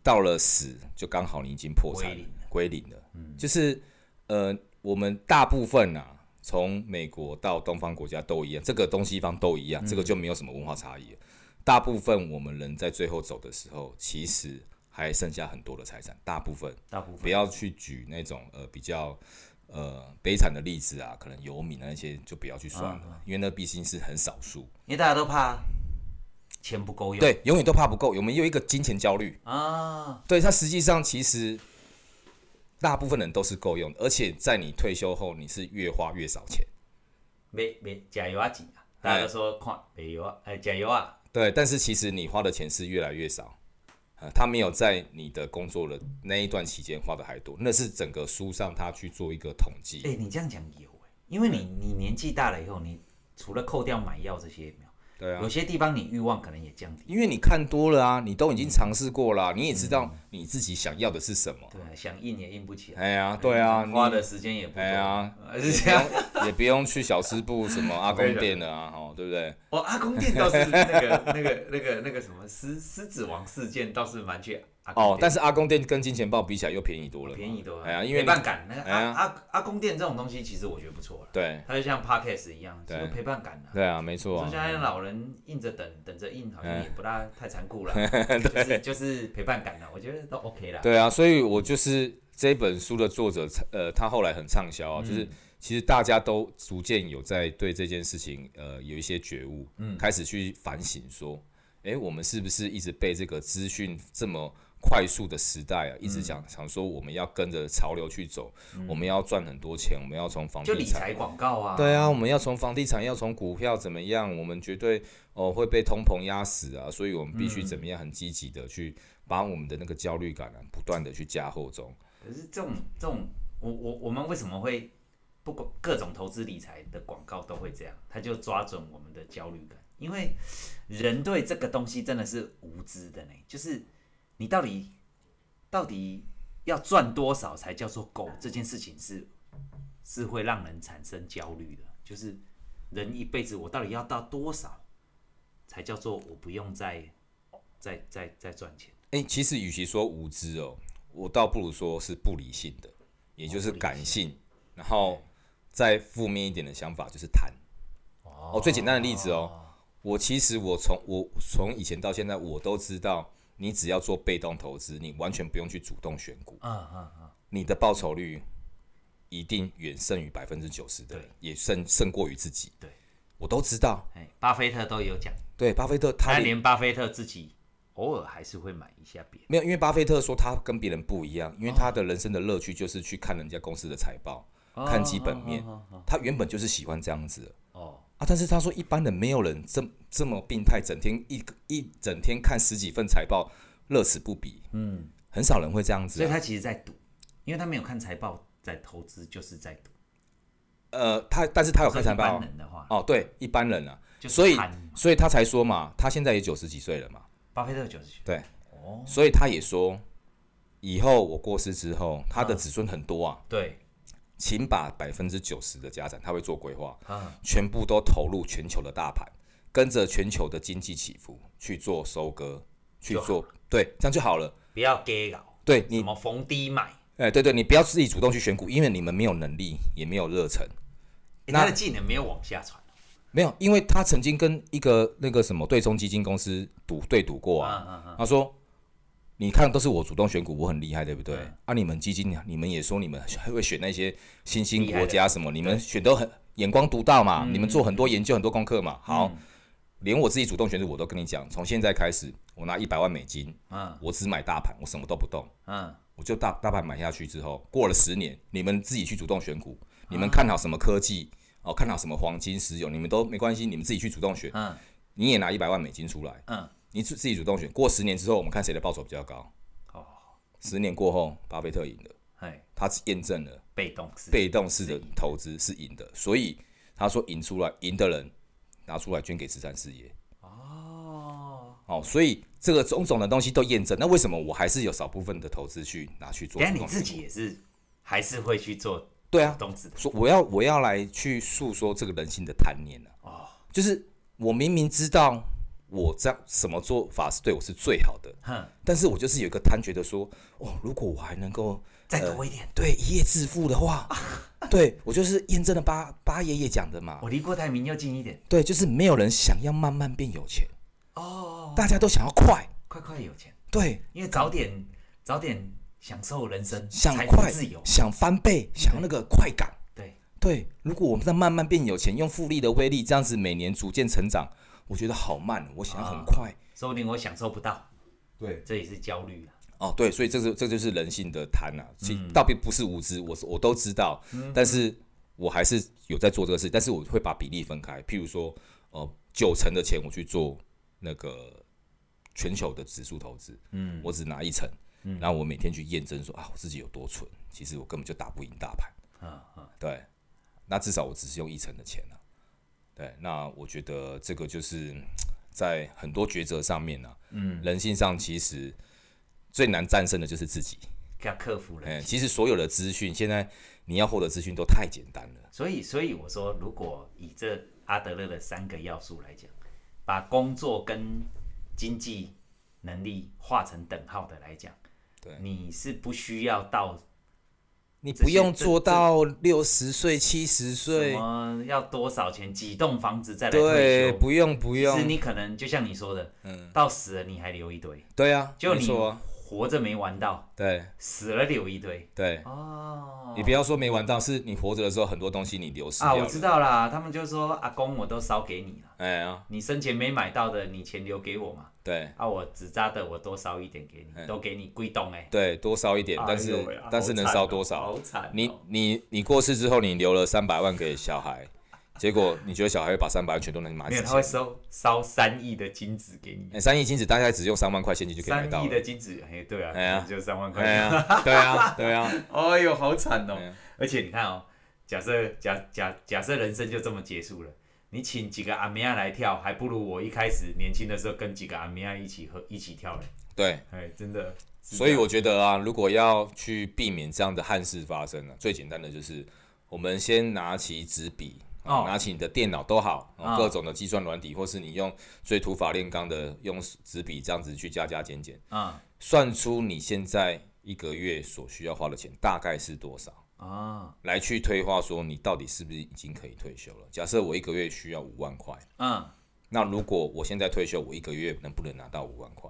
Speaker 2: 到了死就刚好你已经破产
Speaker 1: 归零
Speaker 2: 了，归零了。嗯就是呃，我们大部分啊，从美国到东方国家都一样，这个东西方都一样，这个就没有什么文化差异了。大部分我们人在最后走的时候，其实还剩下很多的财产，大部分。
Speaker 1: 大部分
Speaker 2: 不要去举那种呃比较呃悲惨的例子啊，可能游民啊那些就不要去算了，因为那毕竟是很少数。
Speaker 1: 因为大家都怕钱不够用。
Speaker 2: 对，永远都怕不够，我们有一个金钱焦虑。
Speaker 1: 啊，
Speaker 2: 对，它实际上其实大部分人都是够用的，而且在你退休后，你是越花越少钱。哎
Speaker 1: 没没加油啊紧啊，大家都说看北油啊，哎，加油啊，
Speaker 2: 对，但是其实你花的钱是越来越少，呃，他没有在你的工作的那一段期间花的还多，那是整个书上他去做一个统计。
Speaker 1: 哎、你这样讲有哎、因为你你年纪大了以后，你除了扣掉买药这些有没有
Speaker 2: 对啊
Speaker 1: 有，些地方你欲望可能也降低，
Speaker 2: 因为你看多了啊，你都已经尝试过了啊、你也知道你自己想要的是什么。
Speaker 1: 嗯对啊，想硬也硬不起来。
Speaker 2: 哎呀，对啊，你
Speaker 1: 花的时间也不多。
Speaker 2: 哎呀
Speaker 1: 呃， 是这
Speaker 2: 不
Speaker 1: 样。
Speaker 2: 用也不用去小吃部什么 阿公店了啊，哦，对不对？
Speaker 1: 哦，阿公店倒是那个那个那个那个什么狮狮子王事件倒是蛮去阿公
Speaker 2: 哦，
Speaker 1: 店
Speaker 2: 但是阿公店跟金钱豹比起来又便宜多了嘛，
Speaker 1: 便宜多了。
Speaker 2: 哎呀，因为
Speaker 1: 陪
Speaker 2: 你
Speaker 1: 伴感，那个阿
Speaker 2: 哎呀
Speaker 1: 阿阿公店这种东西其实我觉得不错了，
Speaker 2: 对
Speaker 1: 它就像 podcast 一样，
Speaker 2: 对
Speaker 1: 是陪伴感啊。
Speaker 2: 对啊，没错
Speaker 1: 说
Speaker 2: 啊
Speaker 1: 现，在老人硬着等，等着硬，好像
Speaker 2: 哎
Speaker 1: 也不大太残 酷了，就是就是陪伴感了，啊我觉得都 OK 啦。
Speaker 2: 对啊，所以我就是这本书的作者，呃，他后来很畅销
Speaker 1: 嗯
Speaker 2: 啊，就是其实大家都逐渐有在对这件事情，呃，有一些觉悟，嗯，开始去反省说，诶，我们是不是一直被这个资讯这么快速的时代
Speaker 1: 嗯
Speaker 2: 啊，一直想想说我们要跟着潮流去走，我们要赚很多钱，我们要从房
Speaker 1: 就
Speaker 2: 地
Speaker 1: 理
Speaker 2: 产
Speaker 1: 财广告啊，
Speaker 2: 对啊，我们要从房地产，要从股票怎么样？我们绝对哦会被通膨压死啊，所以我们必须怎么样很积极的去把我们的那个焦虑感啊，不断的去加厚中。
Speaker 1: 可是这种这种，我我我们为什么会不管各种投资理财的广告都会这样？他就抓准我们的焦虑感，因为人对这个东西真的是无知的呢。就是你到底到底要赚多少才叫做够？这件事情是是会让人产生焦虑的。就是人一辈子，我到底要到多少才叫做我不用再再再再赚钱？
Speaker 2: 诶，其实与其说无知哦，我倒不如说是不理性的，也就是感性，然后再负面一点的想法就是贪。
Speaker 1: 哦
Speaker 2: 哦，最简单的例子哦，我其实我从我从以前到现在，我都知道，你只要做被动投资，你完全不用去主动选股。
Speaker 1: 嗯嗯嗯，
Speaker 2: 你的报酬率一定远胜于百分之九十的人
Speaker 1: 对，
Speaker 2: 也胜胜过于自己。
Speaker 1: 对，
Speaker 2: 我都知道。
Speaker 1: 哎，巴菲特都有讲。
Speaker 2: 对，巴菲特他
Speaker 1: 但
Speaker 2: 也
Speaker 1: 连巴菲特自己偶尔还是会买一下别人。
Speaker 2: 没有，因为巴菲特说他跟别人不一样，因为
Speaker 1: 哦
Speaker 2: 他的人生的乐趣就是去看人家公司的财报，看基本面。他原本就是喜欢这样子的
Speaker 1: 哦，
Speaker 2: 啊，但是他说一般人没有人这这么病态，整天一个一整天看十几份财报，乐此不疲。嗯，很少人会这样子
Speaker 1: 所以
Speaker 2: 啊、
Speaker 1: 他其实在赌，因为他没有看财报，在投资就是在赌。
Speaker 2: 呃，他但是他有看
Speaker 1: 所
Speaker 2: 财
Speaker 1: 以一
Speaker 2: 报
Speaker 1: 般
Speaker 2: 哦
Speaker 1: 人的话，
Speaker 2: 哦，对，一般人啊，
Speaker 1: 就是
Speaker 2: 所以
Speaker 1: 看
Speaker 2: 所以他才说嘛，他现在也九十几岁了嘛，
Speaker 1: 巴菲特九十九，
Speaker 2: 对，
Speaker 1: 哦
Speaker 2: 所以他也说，以后我过世之后，他的子孙很多啊，
Speaker 1: 对，
Speaker 2: 请把百分之九十的家产，他会做规划，
Speaker 1: 嗯
Speaker 2: 全部都投入全球的大盘，跟着全球的经济起伏去做收割，去
Speaker 1: 就好
Speaker 2: 做，对，这样就好了。
Speaker 1: 不要给搞，
Speaker 2: 对
Speaker 1: 什
Speaker 2: 你，
Speaker 1: 么逢低买。
Speaker 2: 哎，对对，你不要自己主动去选股，因为你们没有能力，也没有热忱。
Speaker 1: 诶
Speaker 2: 那
Speaker 1: 他的技能没有往下传，
Speaker 2: 没有，因为他曾经跟一个那个什么对冲基金公司赌对赌过
Speaker 1: 嗯
Speaker 2: 啊。他说：“你看，都是我主动选股，我很厉害，对不对？啊，你们基金，你们也说你们会选那些新兴国家什么，你们选都很眼光独到嘛，你们做很多研究、很多功课嘛。好，连我自己主动选股，我都跟你讲，从现在开始，我拿一百万美金，
Speaker 1: 嗯
Speaker 2: 我只买大盘，我什么都不动。”
Speaker 1: 嗯，
Speaker 2: 我就大大盘买下去之后，过了十年，你们自己去主动选股，你们看好什么科技哦，看好什么黄金、石油，你们都没关系，你们自己去主动选。
Speaker 1: 嗯，
Speaker 2: 你也拿一百万美金出来，
Speaker 1: 嗯，
Speaker 2: 你自自己主动选。过十年之后，我们看谁的报酬比较高。
Speaker 1: 哦，
Speaker 2: 十年过后，巴菲特赢了，
Speaker 1: 哎，
Speaker 2: 他验证了
Speaker 1: 被动式，
Speaker 2: 被动式的投资是赢的，所以他说赢出来，赢的人拿出来捐给慈善事业。
Speaker 1: 哦，
Speaker 2: 哦，所以这个种种的东西都验证，那为什么我还是有少部分的投资去拿去做
Speaker 1: 等一
Speaker 2: 主
Speaker 1: 下
Speaker 2: 动
Speaker 1: 你
Speaker 2: 选股？
Speaker 1: 自己也是还是会去做
Speaker 2: 对啊
Speaker 1: 主，动式的，
Speaker 2: 说我要我要来去诉说这个人性的贪念了、
Speaker 1: 哦
Speaker 2: 啊。就是我明明知道我这样什么做法是对我是最好的，
Speaker 1: 哼，
Speaker 2: 但是我就是有一个贪，觉得说，哦，如果我还能够
Speaker 1: 再多
Speaker 2: 呃
Speaker 1: 一点。
Speaker 2: 对一夜致富 的话，对我就是验证了八八爷爷讲的嘛，
Speaker 1: 我离郭台铭又近一点
Speaker 2: 对，就是没有人想要慢慢变有钱，
Speaker 1: 哦，
Speaker 2: 大家都想要快，
Speaker 1: 快快有钱。
Speaker 2: 对，
Speaker 1: 因为早点早点享受人生，
Speaker 2: 想
Speaker 1: 财富
Speaker 2: 快，
Speaker 1: 自由，
Speaker 2: 想翻倍，想要那个快感。
Speaker 1: 对，
Speaker 2: 对，如果我们在慢慢变有钱，用复利的威力，这样子每年逐渐成长，我觉得好慢，哦我想要很快。
Speaker 1: 说不定我享受不到，
Speaker 2: 啊对，
Speaker 1: 这也是焦虑啊。
Speaker 2: 哦，对，所以这是这就是人性的贪啊，其倒并不是无知，我我都嗯知道，但是我还是有在做这个事，但是我会把比例分开，譬如说。呃九成的钱我去做那个全球的指数投资，嗯，我只拿一成，嗯，然后我每天去验证说啊我自己有多蠢，其实我根本就打不赢大盘，啊对，那至少我只是用一成的钱啊，对，那我觉得这个就是在很多抉择上面呢、嗯，人性上其实最难战胜的就是自己，
Speaker 1: 给他克服了。
Speaker 2: 哎、其实所有的资讯现在你要获得资讯都太简单了，
Speaker 1: 所以，所以我说，如果以这阿德勒的三个要素来讲，把工作跟经济能力画成等号的来讲，
Speaker 2: 对
Speaker 1: 你是不需要到
Speaker 2: 你
Speaker 1: 这
Speaker 2: 不
Speaker 1: 些
Speaker 2: 用
Speaker 1: 这
Speaker 2: 做
Speaker 1: 这
Speaker 2: 到六十岁、七
Speaker 1: 什
Speaker 2: 十岁，
Speaker 1: 么要多少钱几栋房子再来退
Speaker 2: 对，
Speaker 1: 休。
Speaker 2: 不用不
Speaker 1: 其实
Speaker 2: 用，
Speaker 1: 你可能就像你说的，到死了你还留一堆，
Speaker 2: 对啊，
Speaker 1: 就
Speaker 2: 没
Speaker 1: 你
Speaker 2: 错啊，
Speaker 1: 活着没玩到，
Speaker 2: 对
Speaker 1: 死了留一堆。
Speaker 2: 对，
Speaker 1: 哦，
Speaker 2: 你不要说没玩到，是你活着的时候很多东西你流失
Speaker 1: 啊，
Speaker 2: 掉
Speaker 1: 我
Speaker 2: 了，
Speaker 1: 知道啦，他们就说阿公我都烧给你了，
Speaker 2: 哎呀，
Speaker 1: 你生前没买到的，你钱留给我嘛，
Speaker 2: 对
Speaker 1: 啊，我纸扎的我多烧一点给你，都给你归档哎，
Speaker 2: 嗯对，多烧一点，但是、
Speaker 1: 哎呦喂啊
Speaker 2: 但是能
Speaker 1: 好惨
Speaker 2: 烧
Speaker 1: 哦
Speaker 2: 多少？
Speaker 1: 好惨哦，
Speaker 2: 你你你过世之后，你留了三百万给小孩，结果你觉得小孩会把三百万全都能买
Speaker 1: 没
Speaker 2: 起
Speaker 1: 有他会
Speaker 2: 来？
Speaker 1: 收烧三亿的金子给你，
Speaker 2: 哎，三亿金子大概只用三万块现金就可以买
Speaker 1: 三
Speaker 2: 到
Speaker 1: 亿
Speaker 2: 了
Speaker 1: 的。金子，哎，对啊，
Speaker 2: 哎呀
Speaker 1: 就三万块
Speaker 2: 哎
Speaker 1: 钱，
Speaker 2: 呀，对啊，对啊，
Speaker 1: 哎呦，好惨哦
Speaker 2: 哎！呀
Speaker 1: 而且你看哦，假设假假假设人生就这么结束了，你请几个阿米亚来跳，还不如我一开始年轻的时候跟几个阿米亚一起和一起跳嘞。
Speaker 2: 对，
Speaker 1: 哎，真的。是
Speaker 2: 所以
Speaker 1: 这样
Speaker 2: 我觉得啊，如果要去避免这样的憾事发生呢、啊最简单的就是我们先拿起纸笔。啊
Speaker 1: 哦
Speaker 2: 拿起你的电脑都好，啊
Speaker 1: 啊
Speaker 2: 各种的计算软体，或是你用最土法炼钢的用纸笔这样子去加加减减，
Speaker 1: 啊
Speaker 2: 算出你现在一个月所需要花的钱大概是多少。
Speaker 1: 啊
Speaker 2: 来去推化说你到底是不是已经可以退休了。假设我一个月需要五万块，
Speaker 1: 嗯
Speaker 2: 那如果我现在退休，我一个月能不能拿到五万块？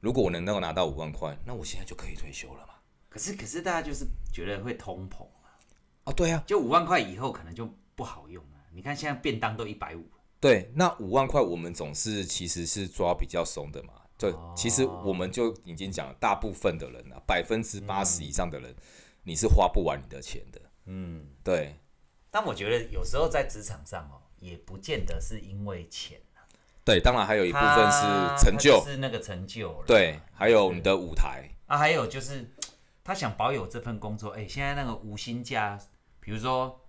Speaker 2: 如果我能够拿到五万块，那我现在就可以退休了嘛？
Speaker 1: 可是可是大家就是觉得会通膨，
Speaker 2: 哦，对啊，
Speaker 1: 就五万块以后可能就不好用了。你看现在便当都一百五，
Speaker 2: 对，那五万块我们总是其实是抓比较松的嘛。对，其实我们就已经讲了，大部分的人啊，百分之八十以上的人，你是花不完你的钱的。
Speaker 1: 嗯。
Speaker 2: 对，
Speaker 1: 但我觉得有时候在职场上哦，也不见得是因为钱，啊
Speaker 2: 对，当然还有一部分
Speaker 1: 它
Speaker 2: 是成就
Speaker 1: 它就，是那个成就了。
Speaker 2: 对，还有你的舞台，
Speaker 1: 啊，还有就是他想保有这份工作，哎、现在那个无薪假，比如说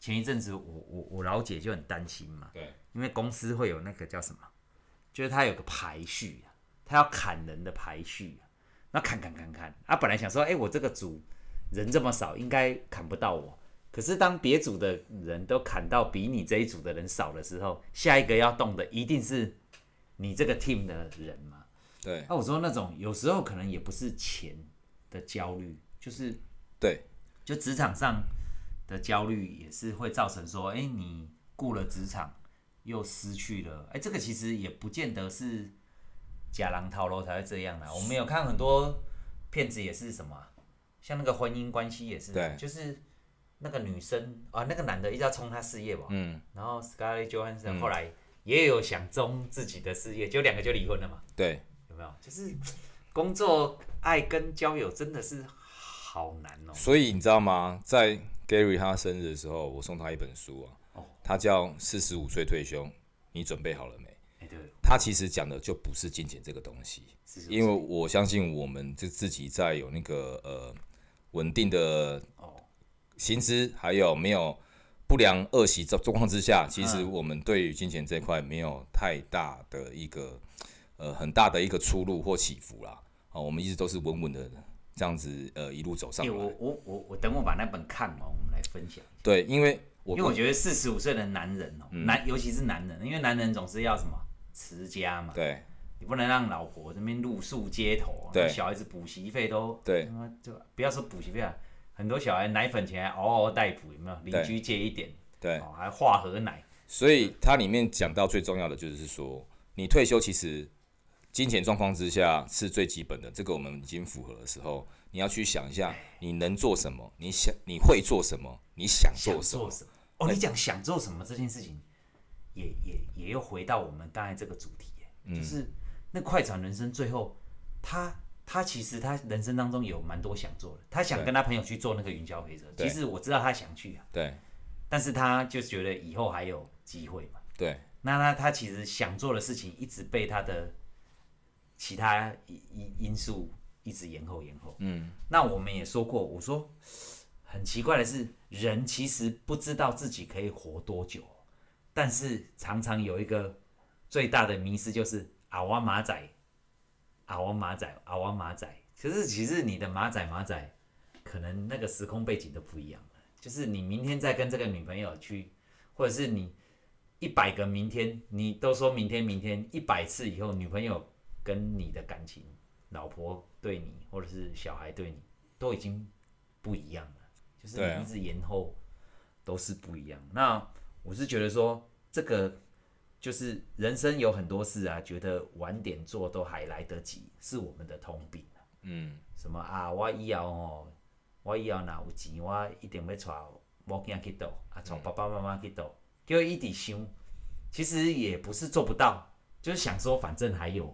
Speaker 1: 前一阵子我我我老姐就很担心嘛，
Speaker 2: 对，
Speaker 1: 因为公司会有那个叫什么，就是他有个排序啊，他要砍人的排序啊，那砍砍砍砍，啊，本来想说，哎、我这个组人这么少，应该砍不到我。可是当别组的人都砍到比你这一组的人少的时候，下一个要动的一定是你这个 team 的人嘛。
Speaker 2: 对，
Speaker 1: 那、我说那种有时候可能也不是钱的焦虑，就是
Speaker 2: 对，
Speaker 1: 就职场上的焦虑也是会造成说，哎、你顾了职场又失去了，哎、这个其实也不见得是假狼套楼才会这样啦。我们有看很多骗子也是什么啊、像那个婚姻关系也是啊，
Speaker 2: 对
Speaker 1: 就是那个女生啊，那个男的一直要冲他事业吧，
Speaker 2: 嗯，
Speaker 1: 然后 Scarlett Johansson 后来也有想中自己的事业，就两个就离婚了嘛。
Speaker 2: 对。
Speaker 1: 有没有？就是工作、爱跟交友真的是好难哦。
Speaker 2: 所以你知道吗？在 Gary 他生日的时候，我送他一本书啊
Speaker 1: 哦，
Speaker 2: 他叫《四十五岁退休》，你准备好了没？
Speaker 1: 哎、对，
Speaker 2: 他其实讲的就不是金钱这个东西，
Speaker 1: 是是
Speaker 2: 因为我相信我们就自己在有那个呃稳定的
Speaker 1: 哦，
Speaker 2: 薪资，还有没有不良恶习状状况之
Speaker 1: 嗯
Speaker 2: 下，其实我们对于金钱这一块没有太大的一个呃很大的一个出路或起伏啦。啊、我们一直都是稳稳的这样子呃一路走上
Speaker 1: 哎、
Speaker 2: 来。
Speaker 1: 我我我我等我把那本看完，我们来分享。
Speaker 2: 对，因为我嗯
Speaker 1: 因为我觉得四十五岁的男人哦，男尤其是男人，因为男人总是要什么持家嘛，
Speaker 2: 对
Speaker 1: 你不能让老婆这边露宿街头，
Speaker 2: 对
Speaker 1: 那小孩子补习费都
Speaker 2: 对
Speaker 1: 他妈就不要说补习费啊，很多小孩奶粉钱还嗷嗷待哺，有没有？邻居借一点，
Speaker 2: 对，
Speaker 1: 哦，还化合奶，
Speaker 2: 所以它里面讲到最重要的就是说，你退休其实金钱状况之下是最基本的，这个我们已经符合的时候，你要去想一下你能做什么，你想你会做什么，你想
Speaker 1: 想
Speaker 2: 做什么
Speaker 1: 做。什么？哦，你讲想做什么这件事情，也也也又回到我们刚才这个主题耶，就是那快船人生最后，他他其实他人生当中有蛮多想做的，他想
Speaker 2: 对
Speaker 1: 跟他朋友去做那个云霄飞车，
Speaker 2: 对
Speaker 1: 其实我知道他想去啊，
Speaker 2: 对
Speaker 1: 但是他就觉得以后还有机会嘛，
Speaker 2: 对
Speaker 1: 那他他其实想做的事情一直被他的其他因因因素一直延后延后。嗯，那我们也说过，我说很奇怪的是，人其实不知道自己可以活多久，哦但是常常有一个最大的迷失就是啊哇马仔，啊哇马仔，啊哇马仔。可是其实你的马仔马仔，可能那个时空背景都不一样了。就是你明天再跟这个女朋友去，或者是你一百个明天，你都说明天明天一百次以后，女朋友跟你的感情，老婆对你或者是小孩对你，都已经不一样了。就是
Speaker 2: 对啊
Speaker 1: 你一直延后，都是不一样。那我是觉得说，这个就是人生有很多事啊，觉得晚点做都还来得及，是我们的通病。
Speaker 2: 嗯，
Speaker 1: 什么啊，我以后哦，我以后若有钱，我一定要带我囝去倒，啊，带爸爸妈妈去倒，就一直想，其实也不是做不到，就是想说反正还有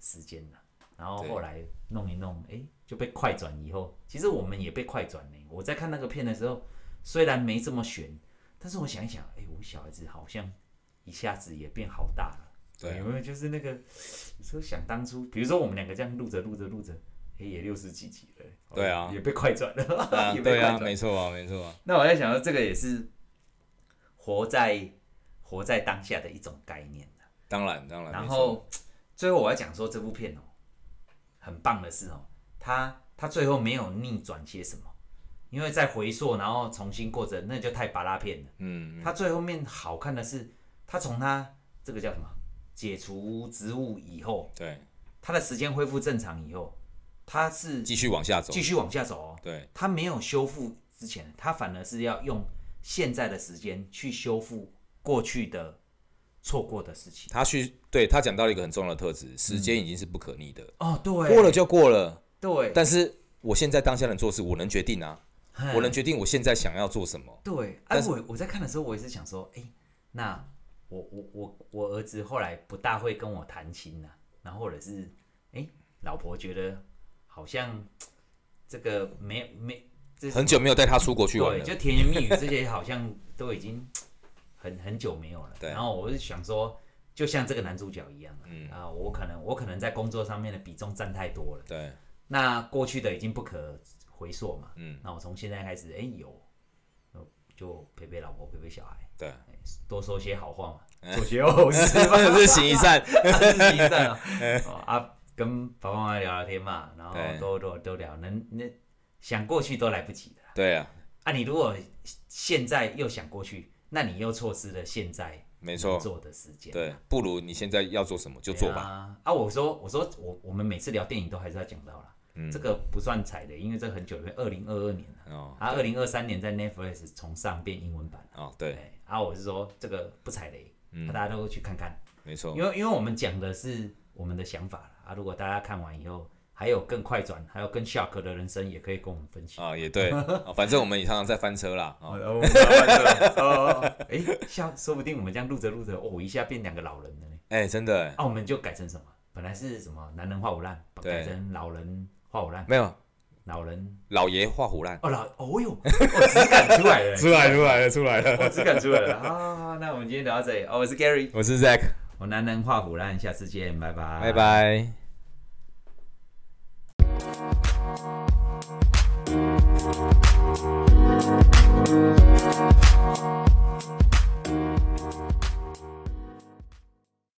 Speaker 1: 时间呐、然后后来弄一弄，哎、就被快转以后，其实我们也被快转呢、我在看那个片的时候，虽然没这么悬，但是我想一想，哎、我小孩子好像一下子也变好大了。
Speaker 2: 对啊
Speaker 1: 有没有就是那个，有时候想当初，比如说我们两个这样录着录着录着，哎、也六十几集了、哦
Speaker 2: 对啊
Speaker 1: 也被快转 了，
Speaker 2: 啊，
Speaker 1: 也被
Speaker 2: 对
Speaker 1: 快
Speaker 2: 啊，
Speaker 1: 转。
Speaker 2: 没错啊，没错啊，
Speaker 1: 那我在想说，这个也是活在活在当下的一种概念。
Speaker 2: 当然当然，
Speaker 1: 然
Speaker 2: 啊没错
Speaker 1: 后最后我要讲说这部片哦，很棒的是哦，它它最后没有逆转些什么，因为在回溯然后重新过着，那就太巴拉片了。
Speaker 2: 嗯，
Speaker 1: 它最后面好看的是，它从它这个叫什么解除职务以后，
Speaker 2: 对，
Speaker 1: 它的时间恢复正常以后，它是
Speaker 2: 继续往下走
Speaker 1: 继，续往下走哦，
Speaker 2: 对
Speaker 1: 它没有修复之前，它反而是要用现在的时间去修复过去的错过的事情。
Speaker 2: 他去，对他讲到了一个很重要的特质，时间已经是不可逆的，
Speaker 1: 哦，对，
Speaker 2: 过了就过了，
Speaker 1: 对，
Speaker 2: 但是我现在当下能做的事，我能决定啊，
Speaker 1: 嘿
Speaker 2: 我能决定我现在想要做什么，
Speaker 1: 对，哎、
Speaker 2: 但是
Speaker 1: 我我在看的时候，我也是想说，哎、那我我我我儿子后来不大会跟我谈心呐、然后或者是，哎、老婆觉得好像这个没没这
Speaker 2: 很久没有带他出国去玩
Speaker 1: 对，
Speaker 2: 了，
Speaker 1: 就甜言蜜语这些好像都已经很很久没有了。
Speaker 2: 对
Speaker 1: 然后我是想说，就像这个男主角一样，嗯啊，我可能我可能在工作上面的比重占太多了，
Speaker 2: 对
Speaker 1: 那过去的已经不可回溯嘛，
Speaker 2: 嗯，
Speaker 1: 那我从现在开始，哎、有，呃就陪陪老婆，陪陪小孩，
Speaker 2: 对，
Speaker 1: 多说些好话
Speaker 2: 嗯
Speaker 1: 嘛，做些好事嘛，
Speaker 2: 日行一善，
Speaker 1: 自己在啊哦啊，跟爸爸妈妈聊聊天嘛，然后
Speaker 2: 嗯对
Speaker 1: 都都都聊，能那想过去都来不及的
Speaker 2: 对啊，
Speaker 1: 啊。你如果现在又想过去，那你又错失了现在
Speaker 2: 没
Speaker 1: 能
Speaker 2: 错，
Speaker 1: 做的时间。
Speaker 2: 对，啊不如你现在要做什么就
Speaker 1: 对
Speaker 2: 做吧，
Speaker 1: 啊！啊，我说我说我我们每次聊电影都还是要讲到啦，
Speaker 2: 嗯
Speaker 1: 这个不算踩雷，因为这个很久了，二零二二年了。
Speaker 2: 哦
Speaker 1: 啊，二零二三年在 Netflix 从上变英文版。
Speaker 2: 哦，对，嗯
Speaker 1: 哎，啊，我是说这个不踩雷，啊大家都去看看，
Speaker 2: 没错，
Speaker 1: 因为因为我们讲的是我们的想法啦啊，如果大家看完以后还有更快转，还有更 shock 的人生，也可以跟我们分享。
Speaker 2: 啊，也对，啊反正我们也常常在翻车啦，啊，
Speaker 1: 哦，哦，哎，下说不定我们这样录着录着，哦，一下变两个老人了呢。
Speaker 2: 哎，真的哎，
Speaker 1: 啊，我们就改成什么？本来是什么男人画虎烂，
Speaker 2: 对
Speaker 1: 改成老人画虎烂，
Speaker 2: 没有，
Speaker 1: 老人
Speaker 2: 老爷画虎烂，
Speaker 1: 哦老哦哟，我只敢出来了，
Speaker 2: 来出来了出来了，
Speaker 1: 我只敢出来了啊！那我们今天聊到这里，哦，我是 Gary。
Speaker 2: 我是 Zack，
Speaker 1: 我男人画虎烂，下次见，拜拜，
Speaker 2: 拜。拜。